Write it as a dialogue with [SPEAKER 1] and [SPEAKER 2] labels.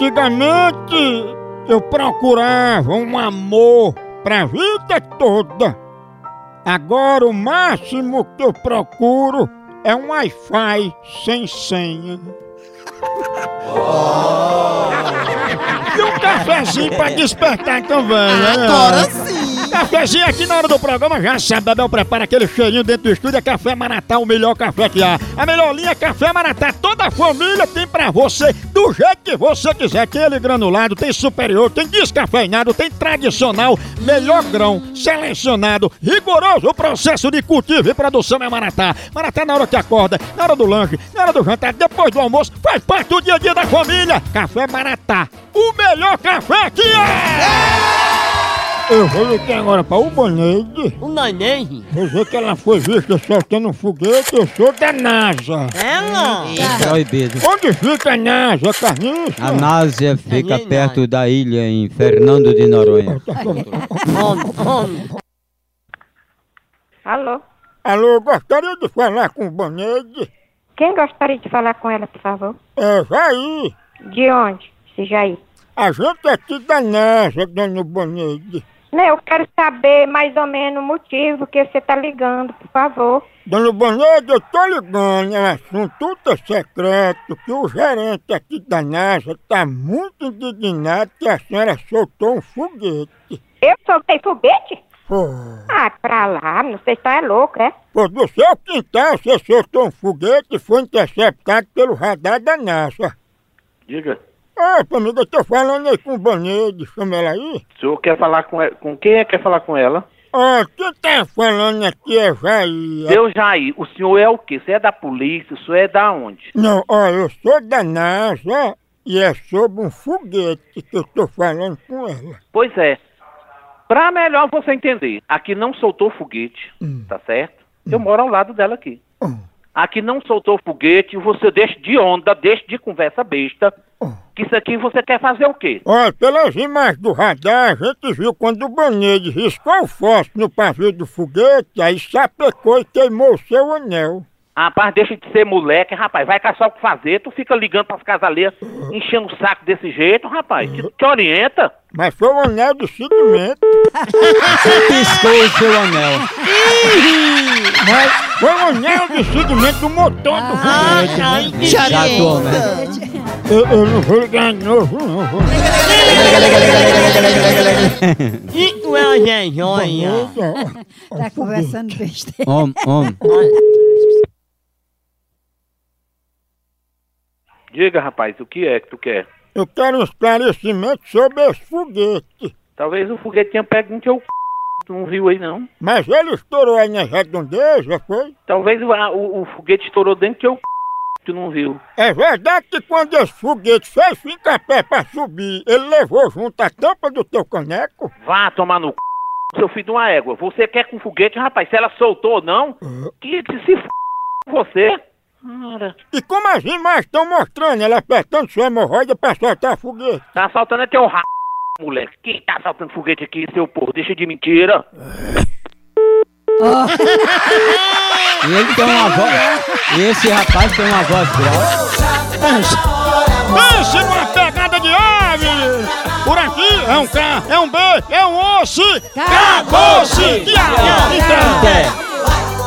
[SPEAKER 1] Antigamente eu procurava um amor pra vida toda. Agora o máximo que eu procuro é um Wi-Fi sem senha. E um cafezinho pra despertar então vem. né?
[SPEAKER 2] Agora sim!
[SPEAKER 1] Cafezinho aqui na hora do programa, já sabe, Abel prepara aquele cheirinho dentro do estúdio, é Café Maratá, o melhor café que há. A melhor linha é Café Maratá, toda a família tem pra você, do jeito que você quiser. Tem ele granulado, tem superior, tem descafeinado, tem tradicional, melhor grão, selecionado, rigoroso o processo de cultivo e produção é Maratá. Maratá na hora que acorda, na hora do lanche, na hora do jantar, depois do almoço, faz parte do dia a dia da família. Café Maratá, o melhor café que é! Eu vou ligar agora pra Ubaneide.
[SPEAKER 3] O neném?
[SPEAKER 1] Dizer que ela foi vista soltando um foguete, eu sou da NASA.
[SPEAKER 3] Ela?
[SPEAKER 4] Proibido.
[SPEAKER 1] Onde fica a NASA, Carlinhos?
[SPEAKER 4] A Násia fica perto da ilha em Fernando de Noronha.
[SPEAKER 3] Homem, homem.
[SPEAKER 5] Alô?
[SPEAKER 1] Alô, gostaria de falar com o Ubaneide.
[SPEAKER 5] Quem gostaria de falar com ela, por favor?
[SPEAKER 1] É, Jair.
[SPEAKER 5] De onde? Se Jair.
[SPEAKER 1] A gente é aqui da NASA, dona Ubaneide.
[SPEAKER 5] Não, eu quero saber mais ou menos o motivo que você tá ligando, por favor.
[SPEAKER 1] Dona Ubaneide, eu tô ligando, é um assunto ultra secreto, que o gerente aqui da NASA tá muito indignado que a senhora soltou um foguete.
[SPEAKER 5] Eu soltei foguete?
[SPEAKER 1] Pô.
[SPEAKER 5] Ah, pra lá, não sei se tá é louco, é?
[SPEAKER 1] Pô, do seu quintal você soltou um foguete e foi interceptado pelo radar da NASA.
[SPEAKER 6] Diga,
[SPEAKER 1] Ah, amiga, eu tô falando aí com o Baneide, chama ela aí.
[SPEAKER 6] o senhor quer falar com ela? Com quem é que quer falar com ela?
[SPEAKER 1] Ó, quem tá falando aqui é Jair.
[SPEAKER 6] Seu Jair, o senhor é o quê? Você é da polícia? O senhor é da onde?
[SPEAKER 1] Não, ó, eu sou da NASA e é sobre um foguete que eu tô falando com ela.
[SPEAKER 6] Pois é. Pra melhor você entender, aqui não soltou foguete, tá certo? Eu moro ao lado dela aqui.
[SPEAKER 1] Hum.
[SPEAKER 6] Aqui não soltou foguete, você deixa de onda, deixa de conversa besta. Que isso aqui você quer fazer o quê?
[SPEAKER 1] Ó, pelas imagens do radar, a gente viu quando o Baneide riscou o fósforo no pavio do foguete, aí sapecou e queimou o seu anel.
[SPEAKER 6] Rapaz, deixa de ser moleque, rapaz. Vai caçar o que fazer, tu fica ligando pras casaleias, enchendo o saco desse jeito, rapaz. Te, te orienta.
[SPEAKER 1] Mas foi o anel do segmento.
[SPEAKER 4] Piscou o seu anel.
[SPEAKER 1] Mas foi né, o anel do segmento do motor do foguete.
[SPEAKER 2] Já
[SPEAKER 4] Já
[SPEAKER 2] dei.
[SPEAKER 4] tô, né?
[SPEAKER 1] Eu, eu não vou ligar de novo, não. Vou ligar.
[SPEAKER 3] E tu é uma genjonha?
[SPEAKER 7] Tá conversando besteira.
[SPEAKER 4] Om, om.
[SPEAKER 6] Diga, rapaz, o que é que tu quer?
[SPEAKER 1] Eu quero um esclarecimento sobre esse foguete.
[SPEAKER 6] Talvez o foguete tenha pego um no teu c... Tu não viu aí, não?
[SPEAKER 1] Mas ele estourou aí nas redondezas, foi?
[SPEAKER 6] Talvez o, a- o- o foguete estourou dentro do teu c... Tu não viu?
[SPEAKER 1] É verdade que quando esse foguete fez ficar pé pra subir, ele levou junto a tampa do teu caneco?
[SPEAKER 6] Vá tomar no c... Seu filho de uma égua. Você quer com foguete, rapaz? Se ela soltou ou não, que, que se f... você. Ora,
[SPEAKER 1] E como as imagens estão mostrando, ela apertando sua hemorroida pra soltar foguete?
[SPEAKER 6] tá assaltando é teu ra... Moleque, quem tá assaltando foguete aqui, seu porra? Deixa de mentira.
[SPEAKER 4] E ele tem uma voz. E esse rapaz tem uma voz grossa.
[SPEAKER 1] Pense numa pegada de ave! Por aqui é um K, é um B, é um osso! Acabou-se! Então!
[SPEAKER 4] É.
[SPEAKER 7] Vai,